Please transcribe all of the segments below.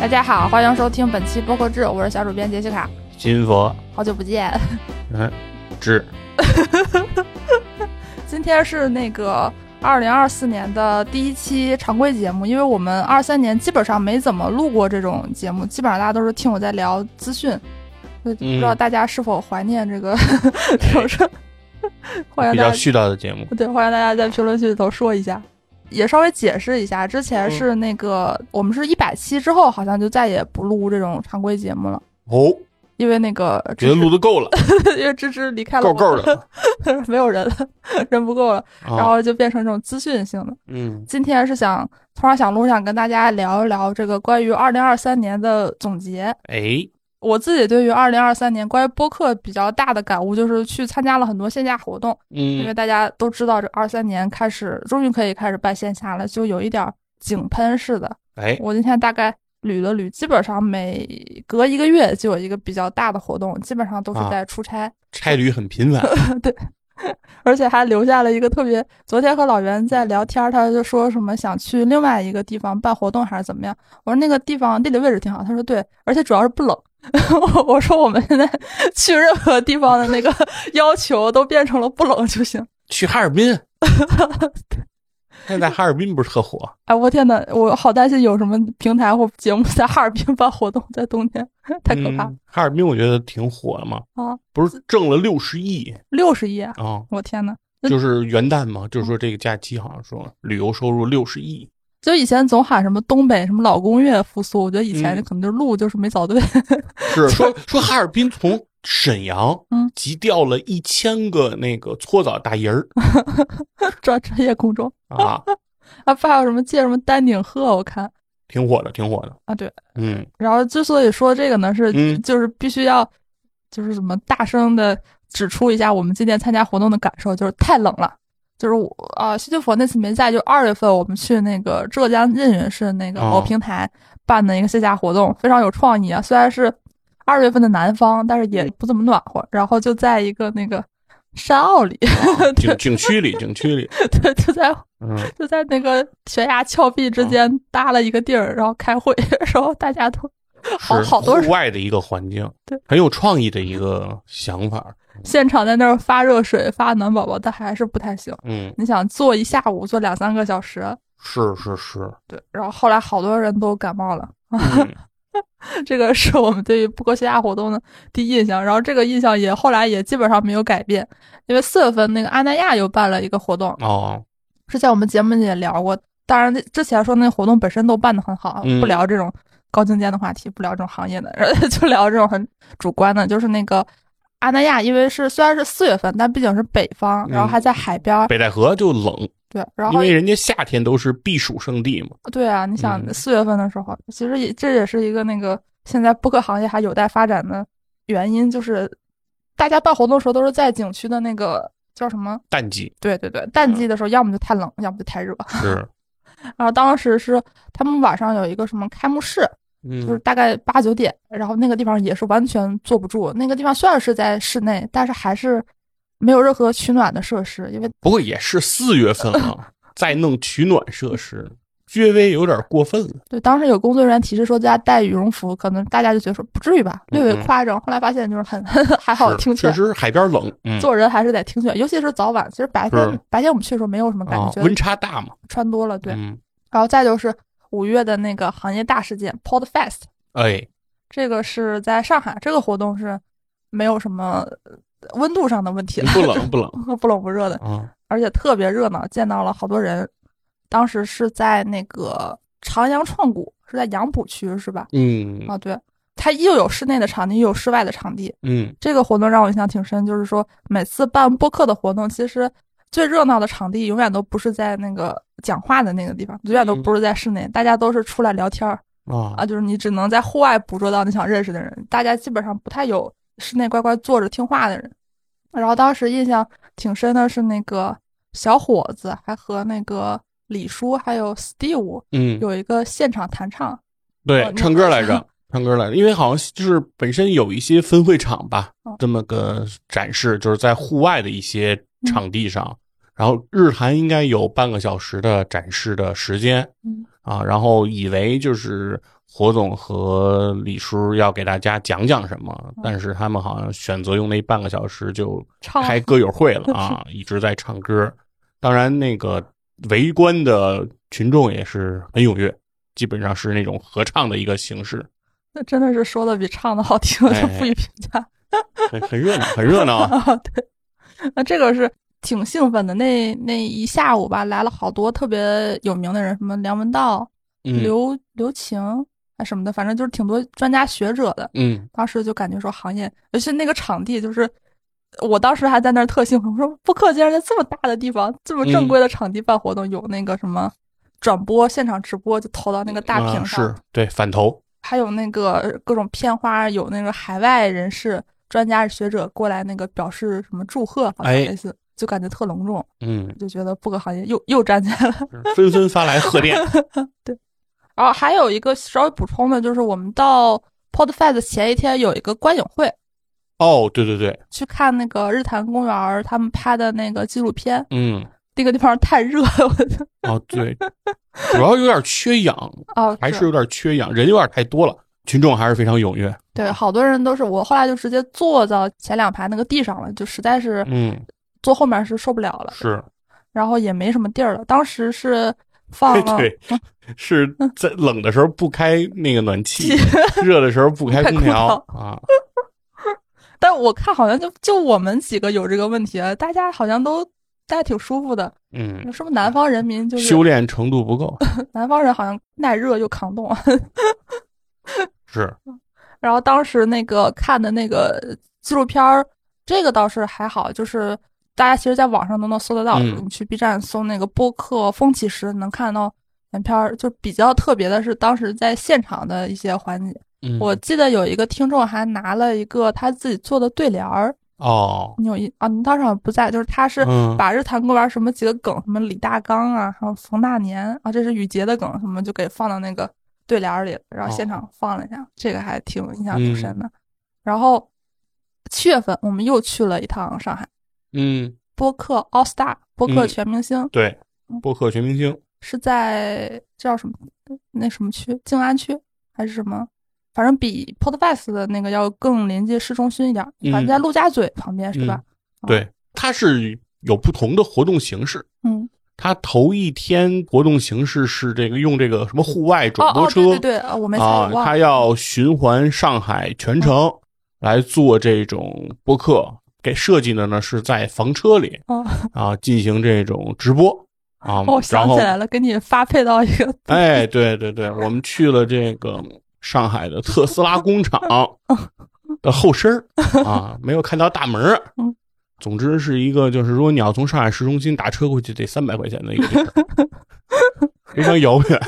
大家好，欢迎收听本期播客制，我是小主编杰西卡，金佛，好久不见。嗯，智， 今天是那个二零二四年的第一期常规节目，因为我们二三年基本上没怎么录过这种节目，基本上大家都是听我在聊资讯，就不知道大家是否怀念这个 这种事儿。欢迎比大较家，絮叨的节目，对，欢迎大家在评论区里头说一下。也稍微解释一下，之前嗯是那个、我们是一百期之后，好像就再也不录这种常规节目了，哦，因为那个觉得录的够了，因为芝芝离开了 够我，够的， 没有人了，人不够了，然啊，后就变成这种资讯性的。嗯，今天是想突然想录，想跟大家聊一聊这个关于二零二三年的总结。哎，我自己对于二零二三年关于播客比较大的感悟就是去参加了很多线下活动，因为嗯，大家都知道这二三年开始终于可以开始办线下了，就有一点儿井喷似的。哎，我今天大概捋了捋，基本上每隔一个月就有一个比较大的活动，基本上都是啊在出差。差旅很频繁，而且还留下了一个特别，昨天和老袁在聊天儿，他就说什么想去另外一个地方办活动还是怎么样。我说那个地方地理位置挺好，他说对，而且主要是不冷。 我我说我们现在 去任何地方的那个 要求都变成了不冷就行。 去哈 尔滨，现在哈尔滨不是特火，哎，我天呐，我好担心有什么平台或节目在哈尔滨办活动，在冬天太可怕了嗯。哈尔滨我觉得挺火的嘛，啊！不是挣了六十亿六十亿，啊，我天呐，就是元旦嗯嘛，就是说这个假期好像说旅游收入六十亿，就以前总喊什么东北什么老工业复苏，我觉得以前嗯可能就是路就是没走对。 是说说哈尔滨从沈阳嗯急调了一千个那个搓澡大 姨儿专专业工种啊，啊，还有什么借什么丹顶鹤，我看挺火的，挺火的，啊对。嗯，然后之所以说这个呢，是、嗯就是必须要，就是什么大声的指出一下我们今天参加活动的感受，就是太冷了。就是我啊，西西佛那次没在，就二月份我们去那个浙江缙云市那个哦某平台办的一个线下活动，非常有创意啊。虽然是二月份的南方，但是也嗯不怎么暖和。然后就在一个那个山坳里， 啊景景区里，景区里，对，就在嗯，就在那个悬崖峭壁之间搭了一个地儿，然后开会， 然后大家都好是好多人户外的一个环境，对，很有创意的一个想法，现场在那儿发热水、发暖宝宝，但还是不太行。嗯，你想坐一下午，坐两三个小时，是 是是，对。然后后来好多人都感冒了， 嗯这个是我们对于不过线下活动的第一印象。然后这个印象也后来也基本上没有改变，因为四月份那个阿那亚又办了一个活动，哦，之前我们节目里也聊过，当然之前说那活动本身都办得很好啊，嗯不聊这种高精尖的话题，不聊这种行业的，然后 就聊这种很主观的，就是那个阿那亚，因为是虽然是四月份，但毕竟是北方，嗯然后还在海边儿，北戴河就冷，对，然因后为人家夏天都是避暑胜地嘛，对啊，你想嗯四月份的时候，其实也这也是一个那个现在播客行业还有待发展的原因，就是大家办活动的时候都是在景区的那个叫什么？淡 季对对对，嗯淡季的时候，要么就太冷，要么就太热。是，然后当时是他们晚上有一个什么开幕式，就是嗯，大概八九点，然后那个地方也是完全坐不住。那个地方虽然是在室内，但是还是没有任何取暖的设施，因为不过也是四月份 了，再弄取暖设施，略微有点过分了，对当时有工作人员提示说大家带羽绒服，可能大家就觉得说不至于吧，嗯略嗯微夸张。后来发现就是很 还好是听确劝，实海边冷，嗯，做人还是得听劝，尤其是早晚。其实白天是白天我们去的时候没有什么感啊觉，，觉温得差大嘛，穿多了对。嗯，然后再就是五月的那个行业大事件 Podfest，哎，这个是在上海，这个活动是没有什么呃温度上的问题的，不冷不冷 不冷不热的，啊，而且特别热闹，见到了好多人。当时是在那个长阳创谷，是在杨浦区是吧？嗯啊，对，它又有室内的场地，又有室外的场地。嗯，这个活动让我印象挺深，就是说每次办播客的活动，其实最热闹的场地永远都不是在那个讲话的那个地方，永远都不是在室内，大家都是出来聊天儿，啊啊，就是你只能在户外捕捉到你想认识的人，大家基本上不太有室内乖乖坐着听话的人。然后当时印象挺深的是那个小伙子，还和那个李叔还有 Steve 嗯，有一个现场弹唱，哦对，你唱歌来 着，唱歌来着，因为好像就是本身有一些分会场吧哦，这么个展示，就是在户外的一些嗯场地上，然后日韩应该有半个小时的展示的时间，嗯，啊，然后以为就是火总和李叔要给大家讲讲什哦么，但是他们好像选择用那半个小时就唱开歌友会 了啊，一直在唱歌。当然，那个围观的群众也是很踊跃，基本上是那种合唱的一个形式，那真的是说的比唱的好听，哎就不予评价。很很热 闹，很热闹啊。啊， 对，那这个是挺兴奋的。那那一下午吧，来了好多特别有名的人，什么梁文道、 嗯刘刘晴啊什么的，反正就是挺多专家学者的。嗯，当时就感觉说行业，尤其那个场地，就是我当时还在那儿特兴奋，我说不客竟然在这么大的地方，这么嗯正规的场地办活动，有那个什么转播、现场直播，就投到那个大啊屏上，是对反头，还有那个各种片花，有那个海外人士、专家学者过来那个表示什么祝贺，好像哎类似，就感觉特隆重，嗯，就觉得不可行业又又站起来了。 纷纷发来贺电。然后还有一个稍微补充的，就是我们到 Podfest 前一天有一个观影会， 哦，对对对，去看那个日坛公园儿他们拍的那个纪录片，嗯，那个地方太热了，我就哦对，主要有点缺氧，哦，还是有点缺氧，人有点太多了，群众还是非常踊跃。对，好多人都是我后来就直接坐到前两排那个地上了，就实在是嗯，坐后面是受不了了，是，然后也没什么地儿了。当时是放了对，是在冷的时候不开那个 暖气，热的时候不开不开空空调啊。但我看好像就就我们几个有这个问题啊，大家好像都大家挺舒服的， 嗯，是不是南方人民就是修炼程度不够，南方人好像耐热又抗冻，是，然后当时那个看的那个纪录片儿，这个倒是还好，就是大家其实在网上都能搜得到，嗯你去 B 站搜那个播客《风起时》，能看到原片儿。就比较特别的是，当时在现场的一些环节，嗯，我记得有一个听众还拿了一个他自己做的对联儿，哦，你有一啊？你当时好像不在，就是他是嗯把日坛公园什么几个梗，什么李大刚啊，还有冯大年啊，这是雨杰的梗，什么就给放到那个对联儿里了，然后现场放了一下，这个还挺印象挺深的。然后七月份我们又去了一趟上海，嗯，播客 All Star 播客全明星、对，播客全明星，是在叫什么那什么区，静安区还是什么？反正比 Podfest 的那个要更临近市中心一点，反正在陆家嘴旁边、是吧？对，它是有不同的活动形式。嗯，它头一天活动形式是这个用这个什么户外哦转播哦，车，对对对，啊我没嗯猜，啊我，忘了他要循环上海全城来做这种播客，给设计的呢是在房车里哦啊进行这种直播啊哦，我，想然起后来了，给你发配到一个，哎，对对对，我们去了这个上海的特斯拉 工厂嗯的后身儿啊，没有看到大门儿嗯。总之是一个，就是如果你要从上海市中心打车过去，得三百块钱的一个 地儿，非常遥远。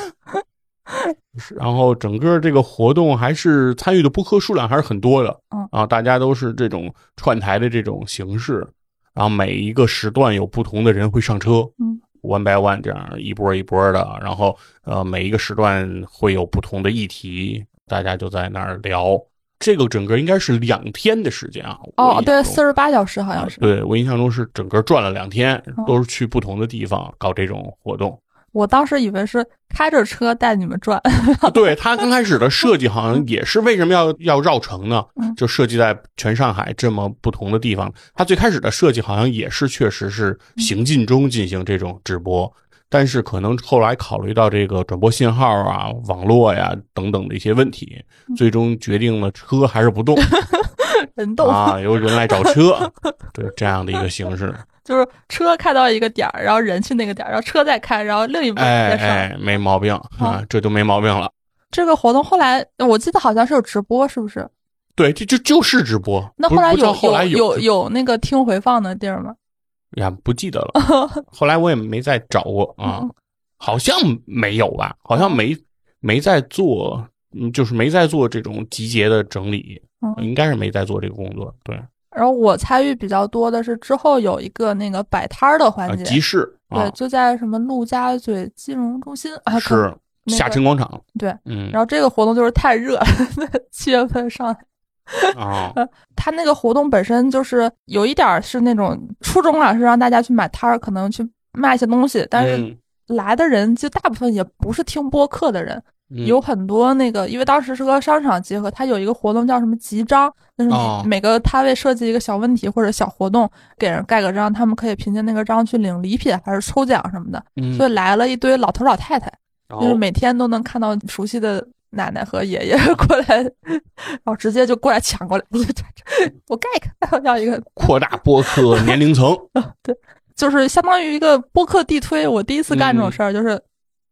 是然后整个这个活动还是参与的播客数量还是很多的嗯，啊，大家都是这种串台的这种形式，然后每一个时段有不同的人会上车，嗯，one by one 这样一波一波的，然后呃每一个时段会有不同的议题，大家就在那儿聊。这个整个应该是两天的时间啊，我哦，印对，象中四十八小时好像是。对我印象中是整个转了两天哦，都是去不同的地方搞这种活动。我当时以为是开着车带你们转， 对他刚开始的设计好像也是为什么要要绕城呢嗯？就设计在全上海这么不同的地方。他最开始的设计好像也是确实是行进中进行这种直播，但是可能后来考虑到这个转播信号啊、网络呀、等等的一些问题，嗯最终决定了车还是不 动人动，啊，由人来找车， 对这样的一个形式。 就是车开到一个点儿，然后人去那个点儿，然后车再开，然后另一部哎再上。哎，没毛病啊，这就没毛病了。这个活动后来我记得好像是有直播，是不是？对，这就就是直播。那不后来不知有道后来有有有有那个听回放的地儿吗？呀，不记得了。 后来我也没再找过啊嗯，好像没有吧？好像没没在做，嗯，就是没在做这种集结的整理，嗯，应该是没在做这个工作。对，然后我参与比较多的是之后有一个那个摆摊儿的啊，环节集，市对，啊，就在什么陆家嘴金融中心啊，可能是下沉广场。对，嗯 然后这个活动就是太热了， 七月份上来，啊，它那个活动本身就是有一点儿是那种初衷啊，是让大家去买摊儿，可能去卖一些东西，但是嗯来的人就大部分也不是听播客的人，嗯有很多那个，因为当时是和商场结合，它有一个活动叫什么集章，就是每、哦每个摊位设计一个小问题或者小活动，给人盖个章，他们可以凭借那个章去领礼品还是抽奖什么的，嗯所以来了一堆老头老太太，然就是后每天都能看到熟悉的奶奶和爷 爷过来，然后直接就过来抢过来， 我盖一个，要一个，扩大播客年龄层，就是相当于一个播客地推。我第一次嗯干这种事儿，就是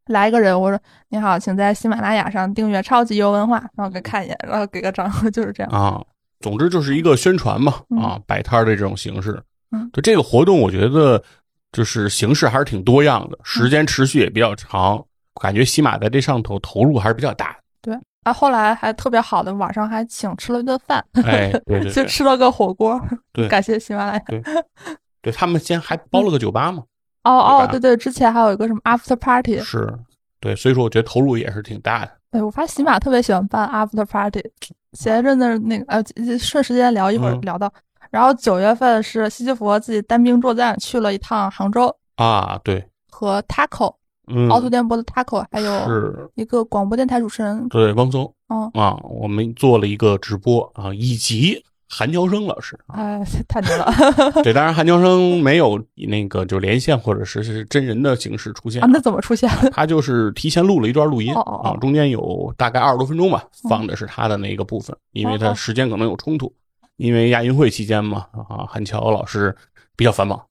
来一个人，我说你好，请在喜马拉雅上订阅《超级游文化》，然后给看一眼，然后给个章，就是这样。啊，总之就是一个宣传嘛，啊，摆摊儿的这种形式。嗯就这个活动，我觉得就是形式还是挺多样的，嗯时间持续也比较长，感觉喜马在这上头投入还是比较大啊，后来还特别好的，晚上还请吃了一顿饭， 的。哎，对对就对，吃了个火锅。对感谢喜马拉雅。对他们先还包了个酒吧嘛，哦对哦，吧对对，之前还有一个什么 after party，是对，所以说我觉得投入也是挺大的。对，我发现喜马特别喜欢办 after party。前一阵子那个呃，顺时间聊一会儿嗯聊到，然后九月份是西西弗自己单兵作战去了一趟杭州，啊，对，和 Taco 嗯，凹凸电波的 Taco，还有是，一个广播电台主持人，对，汪总嗯，啊，我们做了一个直播啊，以及韩乔生老师啊，哎， 太牛 了对，当然韩乔生没有那个就连线或者是是真人的形式出现 啊！，那怎么出现？他就是提前录了一段录音哦哦哦嗯啊，中间有大概二十多分钟吧，放的是他的那个部分，因为他时间可能有冲突，因为亚运会期间嘛啊，韩乔老师比较繁忙，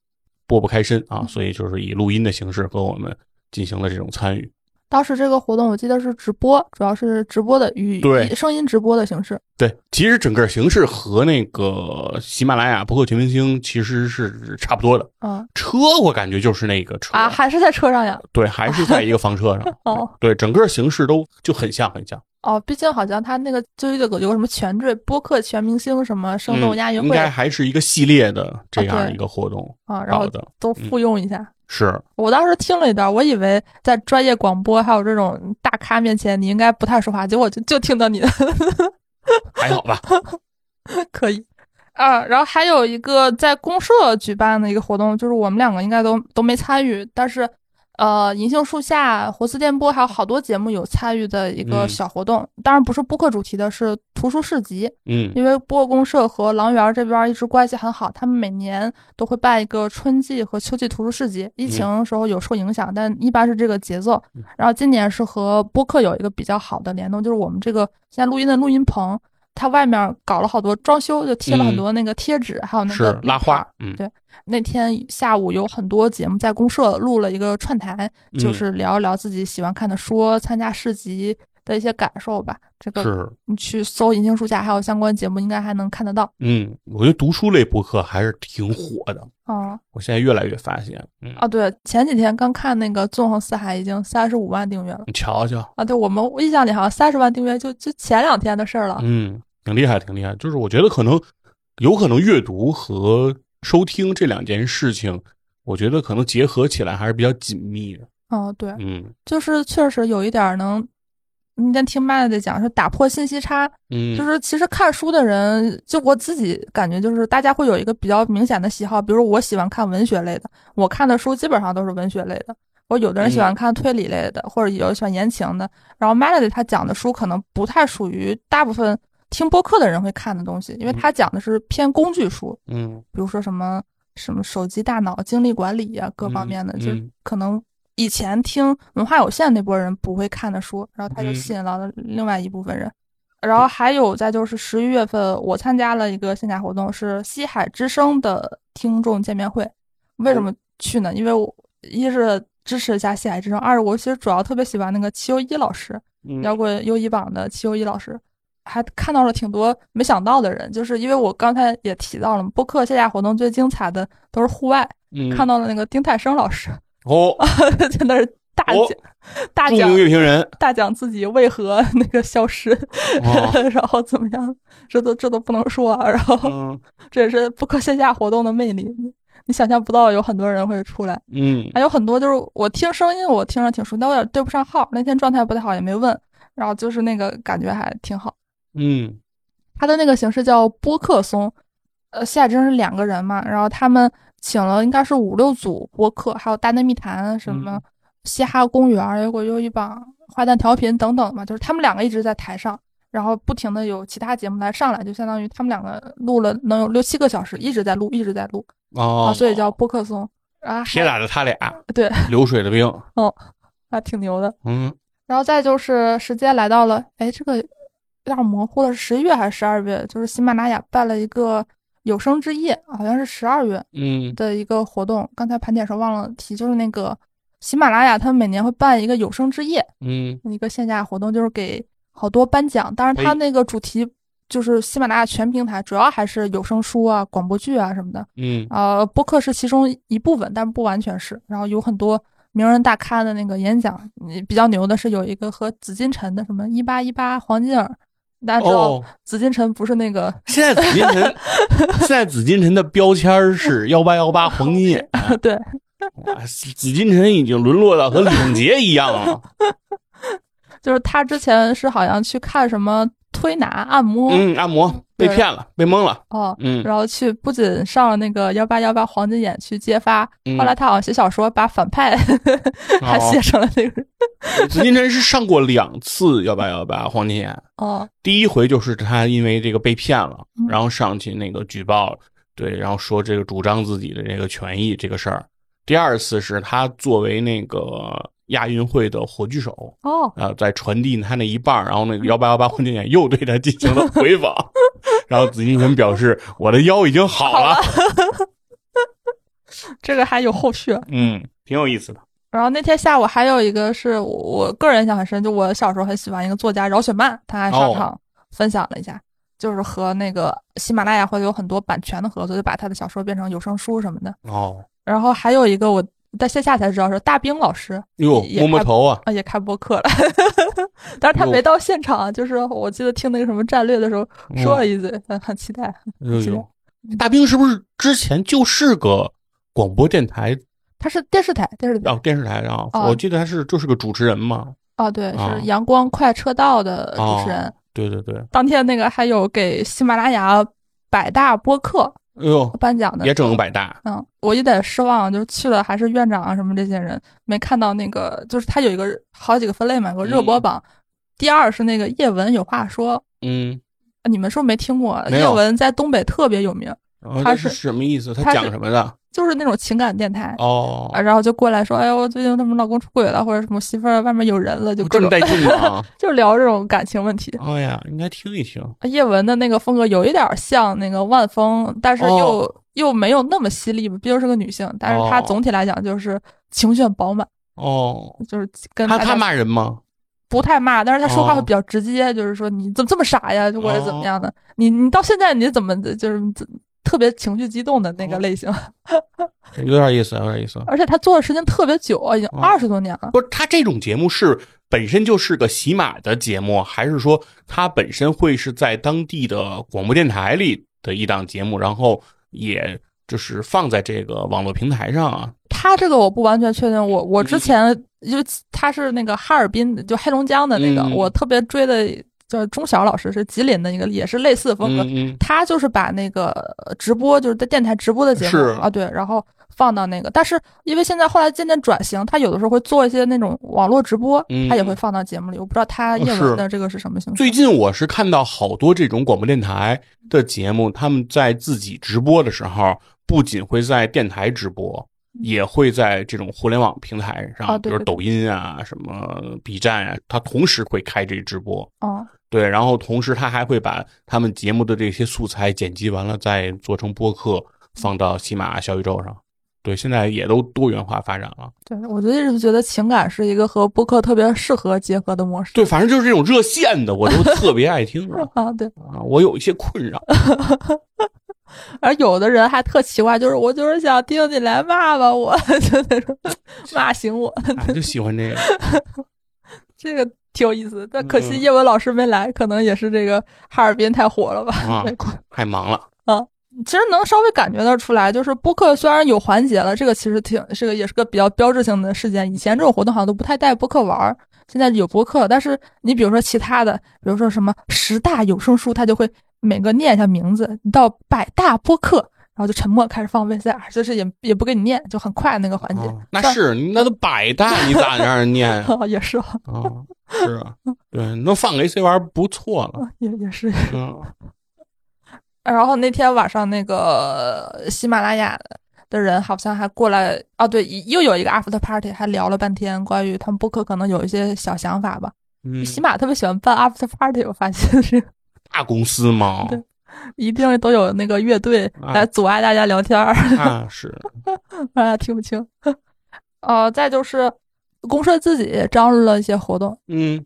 拨不开身嗯啊，所以就是以录音的形式和我们进行了这种参与。当时这个活动我记得是直播，主要是直播的与对以声音直播的形式。对，其实整个形式和那个喜马拉雅播客全明星其实是差不多的。嗯车我感觉就是那个车啊，还是在车上呀？对，还是在一个房车 上。哦对，整个形式都就很像很像。哦，毕竟好像他那个就有个有个什么全缀播客全明星什么生动嗯亚运应会该还是一个系列的这啊样对一个活动啊，然后搞的，嗯都复用一下。 是我当时听了一段，我以为在专业广播还有这种大咖面前，你应该不太说话，结果就就听到你的还好吧？ 可以啊。然后还有一个在公社举办的一个活动，就是我们两个应该都都没参与，但是呃，银杏树下、活字电波还有好多节目有参与的一个嗯小活动，当然不是播客主题的，是图书市集。嗯因为播公社和狼园这边一直关系很好，他们每年都会办一个春季和秋季图书市集。疫情时候有受影响，但一般是这个节奏嗯。然后今年是和播客有一个比较好的联动，就是我们这个现在录音的录音棚，它外面搞了好多装修，就贴了很多那个贴纸，还有那嗯是个拉花。，嗯对那天下午有很多节目在公社录了一个串台，嗯就是聊一聊自己喜欢看的书，参加市集的一些感受吧。这个是你去搜银杏树下，还有相关节目，应该还能看得到。嗯，我觉得读书类博客还是挺火的，哦、我现在越来越发现，嗯，啊，对，前几天刚看那个《纵横四海》已经三十五万订阅了你瞧瞧，啊！对我们我印象里好像三十万订阅就就前两天的事儿了。嗯，挺厉害，挺厉害。就是我觉得可能有可能阅读和收听这两件事情，我觉得可能结合起来还是比较紧密的。嗯、对，嗯就是确实有一点儿能，你先听麦的讲，是打破信息差。嗯，就是其实看书的人，就我自己感觉，就是大家会有一个比较明显的喜好，比如我喜欢看文学类的，我看的书基本上都是文学类的。我有的人喜欢看推理类的，或者有的喜欢言情的。然后 Melody 他讲的书可能不太属于大部分听播客的人会看的东西，因为他讲的是偏工具书，嗯比如说什么什么手机、大脑、精力管理啊，各方嗯面的，嗯就可能以前听文化有限那波人不会看的书，然后他就嗯吸引到了另外一部分人。然后还有再就是十一月份，我参加了一个线下活动，是西海之声的听众见面会。为哦什么去呢？因为我一是支持一下西海之声，二是我其实主要特别喜欢那个齐优一老师，嗯摇滚优一榜的齐优一老师，还看到了挺多没想到的人，就是因为我刚才也提到了播客线下活动最精彩的都是户外，嗯看到了那个丁太生老师， 哦，在那儿大哦讲、大著讲名乐评 人大讲自己为何 那个消失，哦然后怎么样，这都这都不能说、啊，然后嗯这也是播客线下活动的魅力，你想象不到有很多人会出来。嗯还有很多就是我听声音，我听着挺熟，但我有点对不上号。那天状态不太好，也没问。然后就是那个感觉还挺好。 嗯它的那个形式叫播客松，呃，夏真是两个人嘛，然后他们请了应该是五六组播客，还有大内密谈什么。嗯嘻哈公园、摇滚优一榜、花旦调频等等嘛，就是他们两个一直在台上，然后不停的有其他节目来上来，就相当于他们两个录了能有六七个小时，一直在录，一直在录啊，哦，所以叫播客松啊，铁打的他俩，对，流水的兵，还挺牛的。嗯，然后再就是时间来到了，哎，这个有点模糊了，十一月还是十二月？就是喜马拉雅办了一个有生之夜，好像是十二月嗯，的一个活动。刚才盘点时候忘了提，就是那个喜马拉雅他们每年会办一个有生之夜，嗯，一个线下活动，就是给好多颁奖。当然，它哎那个主题就是喜马拉雅全平台，主要还是有声书啊、广播剧啊什么的。嗯，呃，播客是其中一部分，但不完全是。然后有很多名人大咖的那个演讲，嗯比较牛的是有一个和紫禁城的什么一八一八黄金耳，大家知道哦，紫禁城不是那个、现在紫禁城，现在紫禁城的标签儿是幺八 幺八黄金眼，对，哇紫禁城已经沦落到和李梦洁一 样了，就是他之前是好像去看什么推拿按摩、嗯，按摩被对骗了，被蒙了，哦。嗯，然后去不仅上了那个幺八幺八黄金眼去揭发，嗯后来他好像写小说，把反派 还哦写成了那个紫禁城是上过两次幺八幺八黄金眼，哦，第一回就是他因为这个被骗了嗯，然后上去那个举报，对，然后说这个主张自己的这个权益这个事儿。第二次是他作为那个亚运会的火炬手，哦，啊，在传递他那一半儿，然后那个幺八幺八黄金眼又对他进行了 回访，然后紫禁城表示我的腰已经好了，这个还有后续。嗯，挺有意思的，然后那天下午还有一个是我我个人印象很深，就我小时候很喜欢一个作家饶雪漫，她还哦上场分享了一下，就是和那个喜马拉雅会有很多版权的合作，就把她的小说变成有声书什么的。哦，然后还有一个我在线下才知道是大兵老师哟，也摸摸头啊，啊也开播课了， 但是他哟没到现场，啊就是我记得听那个什么战略的时候说了一嘴，很很期待。嗯哟是哟，大兵是不是之前就是个广播电台他是电视台，电视台哦，电视台啊，啊我记得他是就是个主持人嘛。哦，对，啊是阳光快车道的主持人。哦对对对，当天那个还有给喜马拉雅百大播客哎呦，颁奖的，也整个百大，嗯，我有点失望，就是去了还是院长啊什么这些人，没看到那个，就是他有一个好几个分类嘛，有个热播榜，第二是那个叶文有话说，嗯，你们是不是没听过？没叶有文在东北特别有名，哦他那是是什么意思？他他是讲什么的？就是那种情感电台。哦啊，然后就过来说，哎呦，我最近什么老公出轨了，或者什么媳妇儿外面有人了，就各这种么带劲吗？就聊这种感情问题。哎呀，应该听一听。叶文的那个风格有一点像那个万峰，但是又、又没有那么犀利吧，毕竟是个女性。但是她哦总体来讲就是情绪很饱满，哦，就是跟他大他家骂人吗？不太骂，但是她说话会哦比较直接，就是说你怎么这么傻呀，就或者怎么样的。你你到现在你怎么就是怎特别情绪激动的哦那个类型，有点意思，有点意思。而且她做的时间特别久，已经哦二十多年了。不是，他这种节目是本身就是个喜马的节目，还是说他本身会是在当地的广播电台里的一档节目，然后也就是放在这个网络平台上啊？她这个我不完全确定，我我之嗯前就她是那个哈尔滨就黑龙江的那个，嗯我特别追的叫钟晓老师，是吉林的一个，也是类似风格。嗯嗯，他就是把那个呃直播，就是在电台直播的节目是啊，对，然后放到那个。但是因为现在后来渐渐转型，他有的时候会做一些那种网络直播，嗯他也会放到节目里。我不知道他哦叶是文的这个是什么形式。最近我是看到好多这种广播电台的节目，他们在自己直播的时候，不仅会在电台直播，也会在这种互联网平台上，嗯啊对对比如抖音啊、什么 B 站啊，它同时会开这直播。哦对，然后同时他还会把他们节目的这些素材剪辑完了，再做成播客，放到喜马、小宇宙上。对，现在也都多元化发展了。对，我就一直觉得情感是一个和播客特别适合结合的模式。对，反正就是这种热线的，我都特别爱听啊 啊，对，啊，我有一些困扰。而有的人还特奇怪，就是我就是想听你来骂吧我， 就那种骂醒我，啊，就喜欢这个。这个挺有意思的。但可惜嗯叶文老师没来，可能也是这个哈尔滨太火了吧。 啊对，太忙了。其实能稍微感觉得出来，就是播客虽然有环节了，这个其实挺这个也是个比较标志性的事件。以前这种活动好像都不太带播客玩儿，现在有播客，但是你比如说其他的，比如说什么十大有声书，它就会每个念一下名字，你到百大播客，然后就沉默开始放 VCR，就是也也不给啊你念，就很快那个环节。 哦那是那都百代，你咋让人念 啊？也是哦，是啊，对，能放个 AC 玩儿不错了。也也是嗯， 然后那天晚上，那个喜马拉雅的人好像还过来，哦，对，又有一个 after party，还聊了半天关于他们播客可能有一些小想法吧。嗯喜马特别喜欢办 after party，我发现是大公司嘛，对一定都有那个乐队啊来阻碍大家聊天儿， 那啊是大家听不清。呃，再就是公社自己招录了一些活动， 嗯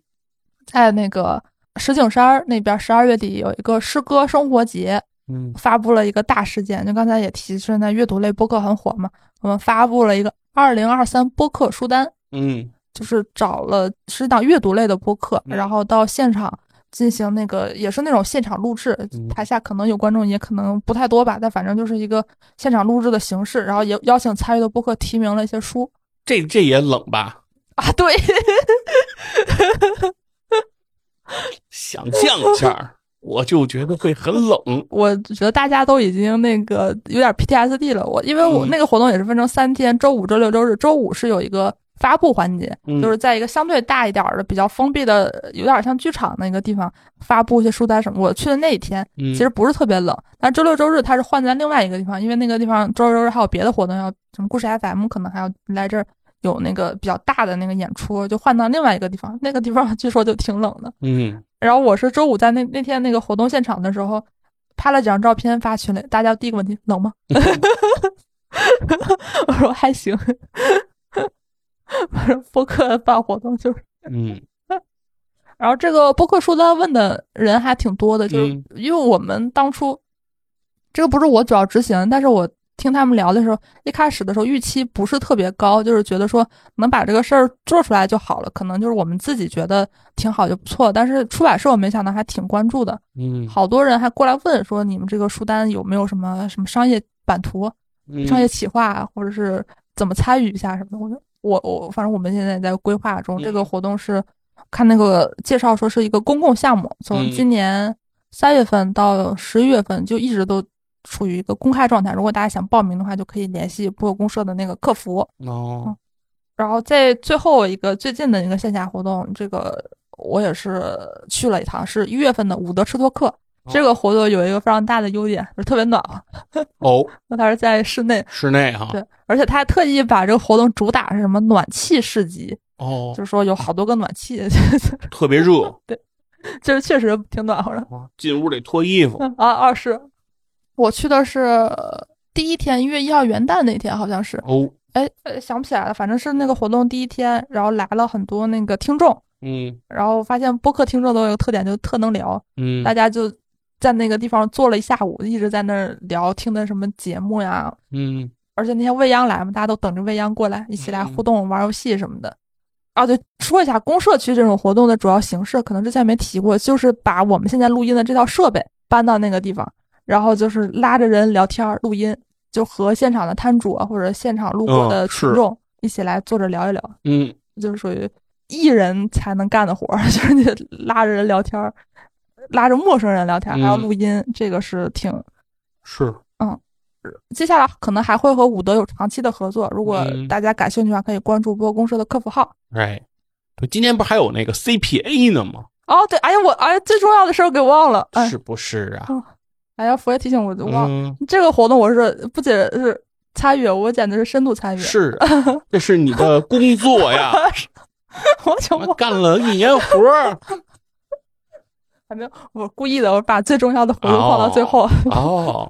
在那个石景山儿那边，十二月底有一个诗歌生活节，嗯发布了一个大事件，就刚才也提，现在阅读类播客很火嘛，我们发布了一个二零二三播客书单，嗯就是找了十档阅读类的播客，嗯然后到现场进行那个也是那种现场录制嗯，台下可能有观众，也可能不太多吧，但反正就是一个现场录制的形式，然后也邀请参与的播客提名了一些书 这这也冷吧？啊，对，想象一下儿，我就觉得会很冷。我觉得大家都已经那个有点 PTSD 了。我因为我嗯那个活动也是分成三天，周五、周六、周日。周五是有一个发布环节，嗯就是在一个相对大一点儿的、比较封闭的，有点像剧场那个地方发布一些书单什么。我去的那一天嗯，其实不是特别冷，但周六、周日它是换在另外一个地方，因为那个地方周六、周日还有别的活动，要什么故事 FM 可能还要来这儿有那个比较大的那个演出，就换到另外一个地方。那个地方 据说就挺冷的。 嗯然后我是周五在那那天那个活动现场的时候，拍了几张照片发群里，大家第一个问题冷吗？ 我说还行。 我说播客办活动就是，嗯然后这个播客书单问的人还挺多的，就是嗯因为我们当初这个不是我主要执行，但是我听他们聊的时候，一开始的时候预期不是特别高，就是觉得说能把这个事儿做出来就好了，可能就是我们自己觉得挺好就不错，但是出版社我没想到还挺关注的，嗯好多人还过来问说，你们这个书单有没有什么什么商业版图、嗯，商业企划啊，或者是怎么参与一下什么的？我就我我，反正我们现在也在规划中，嗯这个活动是看那个介绍说是一个公共项目，从嗯今年三月份到十一月份就一直都处于一个公开状态。如果大家想报名的话，就可以联系播客公社的那个客服。嗯哦，然后在最后一个最近的一个线下活动，这个我也是去了一趟，是一月份的伍德吃托克。这个活动有一个非常大的优点，就是特别暖和。哦，那它是在室内，室内哈，对，而且他还特意把这个活动主打是什么暖气市集，哦就，是说有好多个暖气， 特别热，就是确实挺暖和的。哦进屋得脱衣服。啊，二是我去的是呃第一天，一月一号元旦那天，好像是，哦，哎，呃想不起来了，反正是那个活动第一天，然后来了很多那个听众，嗯然后发现播客听众都有个特点，就特能聊，嗯大家就在那个地方坐了一下午，一直在那儿聊听的什么节目呀，嗯而且那天未央来嘛，大家都等着未央过来，一起来互动、玩游戏什么的。啊，对，说一下公社区这种活动的主要形式，可能之前没提过，就是把我们现在录音的这套设备搬到那个地方，然后就是拉着人聊天儿、录音，就和现场的摊主啊或者现场路过嗯的群是众一起来坐着聊一聊，嗯，就是属于艺人才能干的活儿， 就是你拉着人聊天儿，拉着陌生人聊天儿，还要嗯录音，这个是挺是，接下来可能还会和伍德有长期的合作，如果嗯大家感兴趣的话，可以关注播公社的客服号。哎，对，今天不是还有那个 CPA 呢吗？哦，对，哎呀，我哎呀，最重要的事儿给忘了，哎，是不是啊？哎呀，佛爷提醒我，我忘了、嗯，这个活动，我是不仅是参与，我简直是深度参与， 是啊，这是你的工作呀，啊我就忘，干了一年活儿。我故意的，我把最重要的活动放到最后，哦，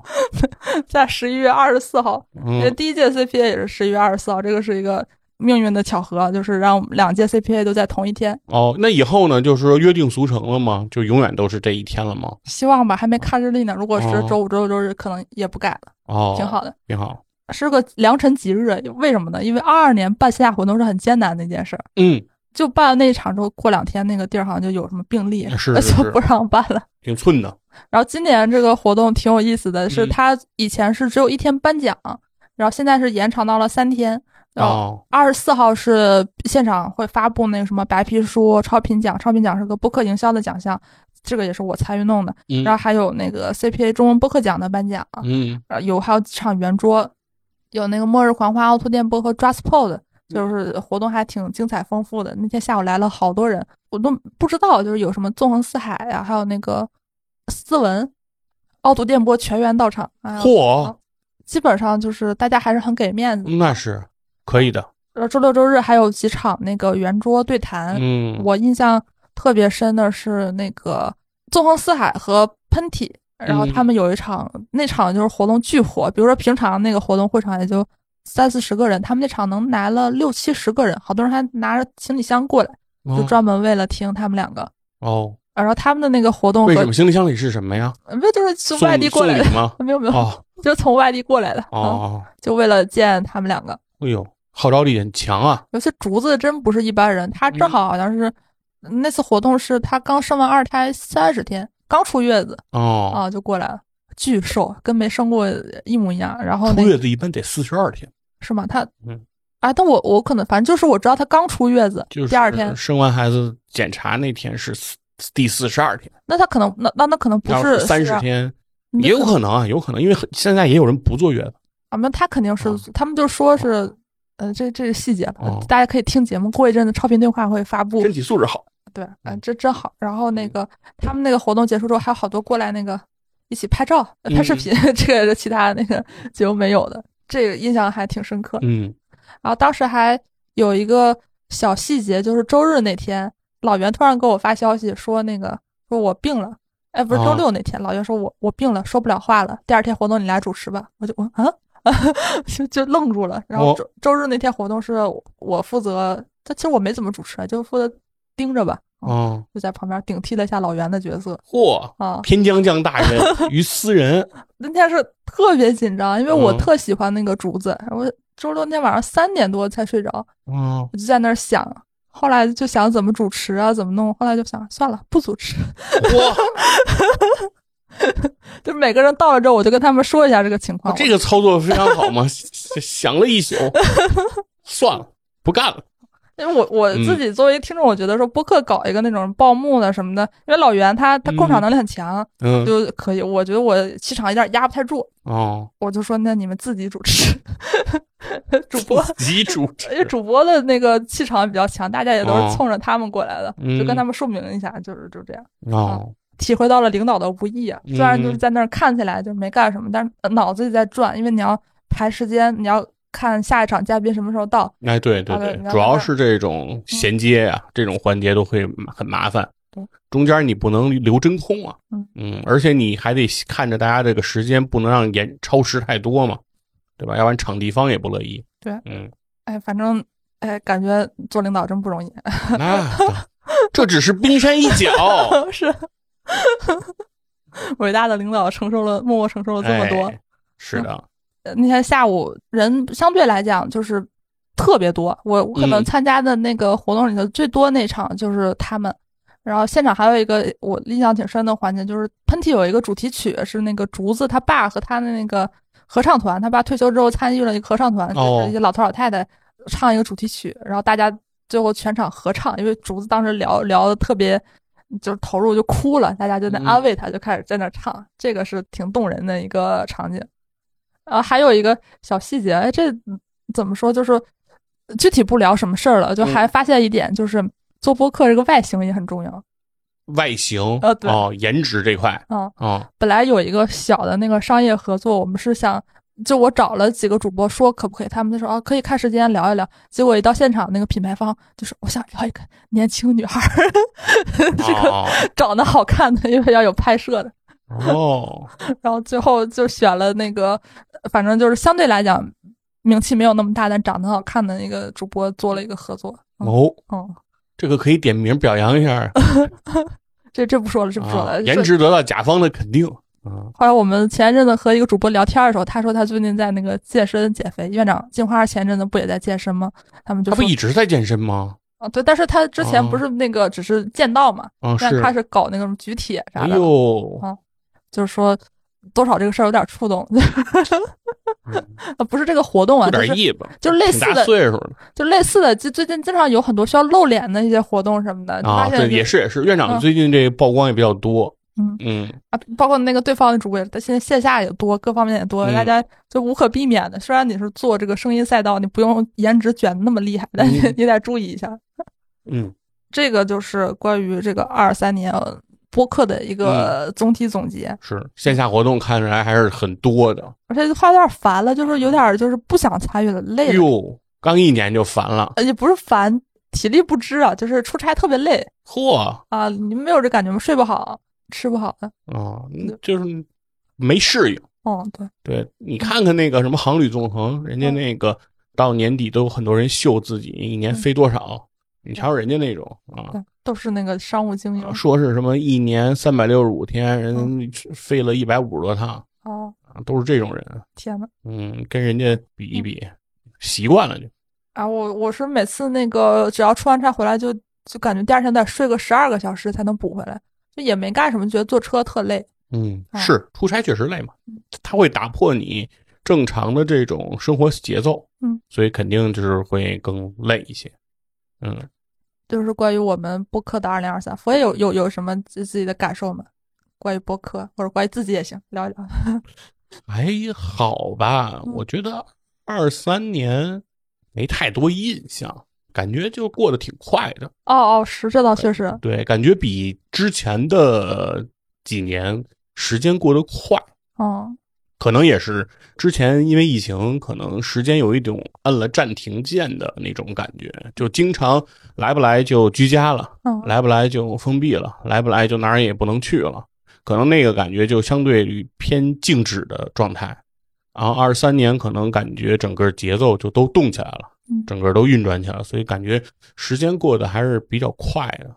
在十一月二十四号，因为嗯第一届 CPA 也是十一月二十四号，这个是一个命运的巧合，就是让我们两届 CPA 都在同一天，哦，那以后呢，就是说约定俗成了吗？就永远都是这一天了吗？希望吧，还没看日历呢，如果是哦周五、周六、周日，可能也不改了，哦，挺好，的。挺好。是个良辰吉日，为什么呢？因为二二年办线下活动是很艰难的一件事儿，嗯，就办了那一场之后，过两天那个地儿好像就有什么病例，呃是 是就不让办了。挺寸的。然后今年这个活动挺有意思的是，嗯它以前是只有一天颁奖，然后现在是延长到了三天。然后哦，二十四号是现场会发布那个什么白皮书、超频奖，超频奖是个播客营销的奖项。这个也是我参与弄的。嗯然后还有那个 CPA 中文播客奖的颁奖，嗯呃有还有几场圆桌，有那个《末日狂花》、凹凸电波和 Draspod，就是活动还挺精彩丰富的。那天下午来了好多人，我都不知道就是有什么纵横四海呀、还有那个思文、凹凸电波全员到场。哎呀嚯，嗯基本上就是大家还是很给面子。那是可以的。呃，周六周日还有几场那个圆桌对谈，嗯，我印象特别深的是那个纵横四海和喷嚏，然嗯后他们有一场，那场就是活动巨火，比如说平常那个活动会场也就三四十个人，他们那场能来了六七十个人，好多人还拿着行李箱过来，就哦专门为了听他们两个。哦，啊然后他们的那个活动为和什么行李箱里是什么呀？不就是从送外地过来送的？礼 吗？没有没有，哦就从外地过来的，哦嗯，哦，就为了见他们两个。哎呦，号召力很强啊！尤其竹子真不是一般人，他嗯正好好像是、那次活动是他刚生完二胎三十天，刚出月子哦，啊就过来了，巨瘦，跟没生过一模一样。然后出哦那月子一般得四十二天，是吗？他嗯啊，但我我可能反正就是我知道他刚出月子，就是第二天，生完孩子检查那天是四第四十二天，那他可能那那那可能不要是三十42天那也有可能啊，有可能，因为很现在也有人不坐月子。啊，那他肯定是、啊他们就说是。呃，这这是细节了，哦大家可以听节目。过一阵子超频对话会发布，身体素质好，对，啊、嗯这真好。然后那个他们那个活动结束之后，还有好多过来那个一起拍照、呃拍视嗯频， 这个是其他那个节目没有的，这个印象还挺深刻。嗯，然后当时还有一个小细节，就是周日那天，老袁突然给我发消息说那个说我病了。哎，不是周哦六那天，老袁说我我病了，说不了话了。第二天活动你来主持吧，我就我啊， 就就愣住了。然后哦周周日那天活动是我我负责，但其实我没怎么主持，啊就负责盯着吧。嗯哦，就在旁边顶替了一下老袁的角色嚯，啊。偏将降大任于 斯人，那天是特别紧张，因为我嗯特喜欢那个竹子，我周六那天晚上三点多才睡着，嗯，我就在那儿想，后来就想怎么主持啊，怎么弄，后来就想算了，不主持， 嚯，就是每个人到了之后，我就跟他们说一下这个情况。这个操作非常好嘛，想想了 一宿，算了，不干了，因为我我嗯自己作为听众，我觉得说播客搞一个那种报幕的什么的，因为老袁他他控场能力很强，嗯，就可以，我觉得我气场有点压不太住，哦，我就说那你们自己主持， 主哎播极主 持因为主播的那个气场比较强，大家也都哦是冲着他们过来的，嗯就跟他们说明一下，就是就这样，哦，体会到了领导的无意啊。虽然嗯就是在那儿看起来就没干什么，但是呃脑子里在转，因为你要排时间，你要看下一场嘉宾什么时候到。哎，对对好的对你，要主要是这种衔接呀、这种环节都会麻很麻烦嗯对。中间你不能留真空啊嗯，嗯，而且你还得看着大家这个时间，不能让延超时太多嘛，对吧？要不然场地方也不 乐意。对嗯，哎，反正哎，感觉做领导真不容易，那这只是冰山一角，是 伟大的领导承受了默默承受了这么多。哎是的，呃那天下午人相对来讲就是特别多，我我可能嗯参加的那个活动里头最多那场就是他们。然后现场还有一个我印象挺深的环节，就是喷嚏有一个主题曲是那个竹子他爸和他的那个合唱团，他爸退休之后参与了一个合唱团，哦就是一些老头老太太唱一个主题曲，然后大家最后全场合唱，因为竹子当时聊聊的特别就是投入就哭了，大家就在嗯安慰他，就开始在那儿唱，这个是挺动人的一个场景。然后还有一个小细节，哎，这怎么说？就是具体不聊什么事儿了，就还发现一点，就是做播客这个外形也很重要。外形呃对哦，颜值这块嗯 哦，本来有一个小的那个商业合作，我们是想，就我找了几个主播说可不可以，他们就说啊可以看时间聊一聊。结果一到现场，那个品牌方就说我想聊一个年轻女孩儿， 这个哦长得好看的，因为要有拍摄的。哦，然后最后就选了那个，呃反正就是相对来讲名气没有那么大，但长得好看的一个主播做了一个合作。嗯哦，嗯，这个可以点名表扬一下，这这不说了，这不说啊了。颜 是值得到甲方的肯定。嗯，后来我们前一阵子和一个主播聊天的时候，他说他最近在那个健身减肥。院长金花前阵子不也在健身吗？他们就他说不一直在健身吗？啊，对，但是他之前哦不是那个只是剑道嘛，啊，但是他是搞那个什么举铁啥哦哎的，呦，就是说多少这个事儿有点触动，呃 不是这个活动啊，嗯有就点是意吧，就是类挺似大的，岁数的就类似的，就最近经常有很多需要露脸的一些活动什么的，啊，发现对，就也是也是，院长呃嗯最近这曝光也比较多，嗯嗯，啊，包括那个对方的主播，他现在线下也多，各方面也多，嗯大家就无可避免的。虽然你是做这个声音赛道，你不用颜值卷的那么厉害，但是嗯你得注意一下。嗯，这个就是关于这个二三年呃播客的一嗯个总体总结，是线下活动看起来还是很多的。而且话有点烦了，就是有点就是不想参与了，累了，哟，哎刚一年就烦了，呃也不是烦，体力不支啊，就是出差特别累嚯，啊，你没有这感觉吗？睡不好，吃不好的，哦，就是没适应。嗯，对，对你看看那个什么航旅纵横，人嗯家那个到年底都有很多人秀自己一年飞多少，你瞧人家那种啊，对，都是那个商务精英啊说是什么一年三百六十五天，嗯人飞了一百五十多趟，，哦啊都是这种人。天呐。嗯，跟人家比一比，习惯了就。啊，我我是每次那个只要出完差回来就就感觉第二天得睡个十二个小时才能补回来，就也没干什么，觉得坐车特累。嗯，啊是出差确实累嘛，他会打破你正常的这种生活节奏，嗯，所以肯定就是会更累一些。嗯，就是关于我们播客的二零二三，佛爷有有有什么自自己的感受吗？关于播客或者关于自己也行，聊一聊。还哎好吧，嗯我觉得二三年没太多印象，感觉就过得挺快的。哦哦，是这倒确实，对，感觉比之前的几年时间过得快，嗯可能也是之前因为疫情，可能时间有一种按了暂停键的那种感觉，就经常来不来就居家了。嗯，来不来就封闭了，来不来就哪儿也不能去了，可能那个感觉就相对于偏静止的状态。然后二三年可能感觉整个节奏就都动起来了嗯，整个都运转起来了，所以感觉时间过得还是比较快的。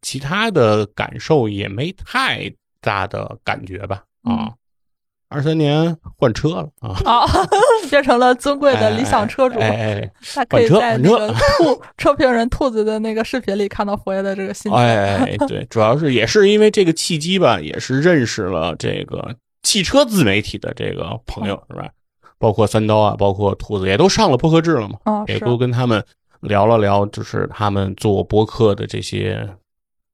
其他的感受也没太大的感觉吧，啊嗯，二三年换车了啊，啊， 变成了尊贵的理想车主，哎哎哎他可以换在车那换个车兔车评人兔子的那个视频里看到佛爷的这个心情。哎哎，哎对，主要是也是因为这个契机吧，也是认识了这个汽车自媒体的这个朋友，是吧？包括三刀啊，包括兔子，也都上了播客制了嘛，嗯，也是，都跟他们聊了聊，就是他们做播客的这些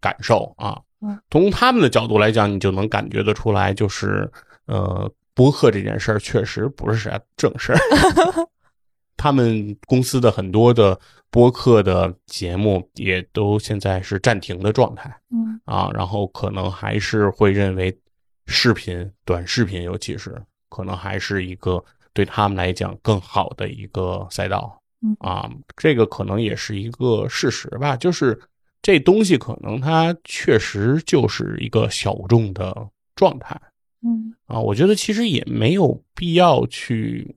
感受啊嗯。从他们的角度来讲，你就能感觉得出来，就是呃，播客这件事儿确实不是啥正 事儿。 他们公司的很多的播客的节目也都现在是暂停的状态嗯啊，然后可能还是会认为视频、短视频，尤其是可能还是一个对他们来讲更好的一个赛道嗯啊，这个可能也是一个事实吧，就是这东西可能它确实就是一个小众的状态。嗯啊，我觉得其实也没有必要去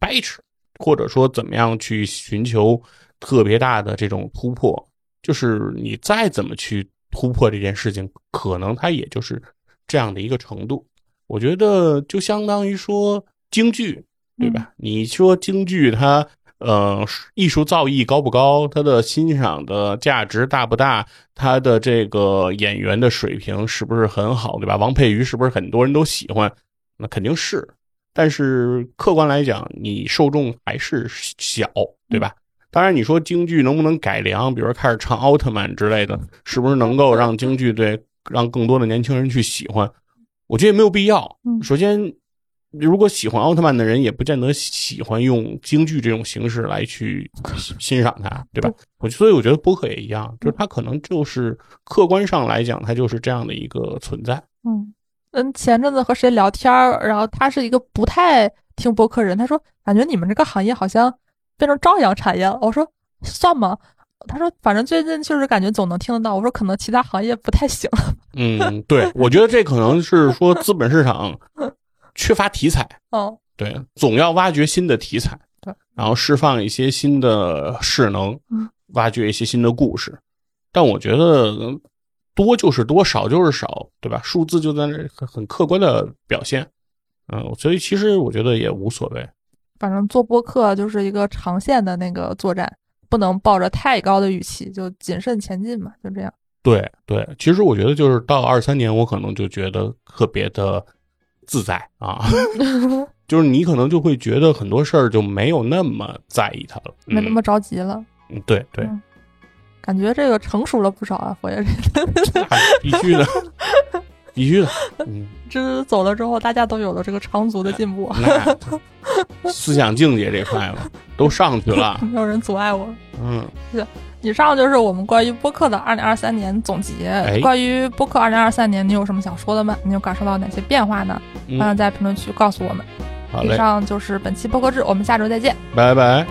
掰扯，或者说怎么样去寻求特别大的这种突破。就是你再怎么去突破这件事情，可能它也就是这样的一个程度。我觉得就相当于说京剧，对吧？你说京剧它。呃，艺术造诣高不高，它的欣赏的价值大不大，他的这个演员的水平是不是很好，对吧？王佩瑜是不是很多人都喜欢？那肯定是，但是客观来讲，你受众还是小，对吧？当然，你说京剧能不能改良，比如说开始唱奥特曼之类的，是不是能够让京剧对让更多的年轻人去喜欢？我觉得也没有必要。嗯首先，如果喜欢奥特曼的人，也不见得喜欢用京剧这种形式来去欣赏它，对吧？我所以我觉得播客也一样，就是它可能就是客观上来讲，它就是这样的一个存在。嗯嗯，前阵子和谁聊天儿，然后他是一个不太听播客人，他说感觉你们这个行业好像变成朝阳产业了。我说算吗？他说反正最近就是感觉总能听得到。我说可能其他行业不太行了。嗯，对，我觉得这可能是说资本市场缺乏题材，嗯对，总要挖掘新的题材，对，然后释放一些新的势能嗯，挖掘一些新的故事。但我觉得嗯多就是多，少就是少，对吧？数字就在那很很客观的表现，嗯，所以其实我觉得也无所谓。反正做播客就是一个长线的那个作战，不能抱着太高的预期，就谨慎前进嘛，就这样。对对，其实我觉得就是到二三年，我可能就觉得特别的自在啊， 就是你可能就会觉得很多事儿就没有那么在意它了，没那么着急了，嗯对对，感觉这个成熟了不少啊。佛爷 这哎 必须的，必须的，嗯，这走了之后，大家都有了这个长足的进步，那思想境界这块嘛，都上 去了，没有人阻碍我。嗯，以上就是我们关于播客的二零二三年总结。哎关于播客二零二三年，你有什么想说的吗？你有感受到哪些变化呢？嗯欢迎在评论区告诉我们。好以嘞，上就是本期播客制，我们下周再见。拜拜。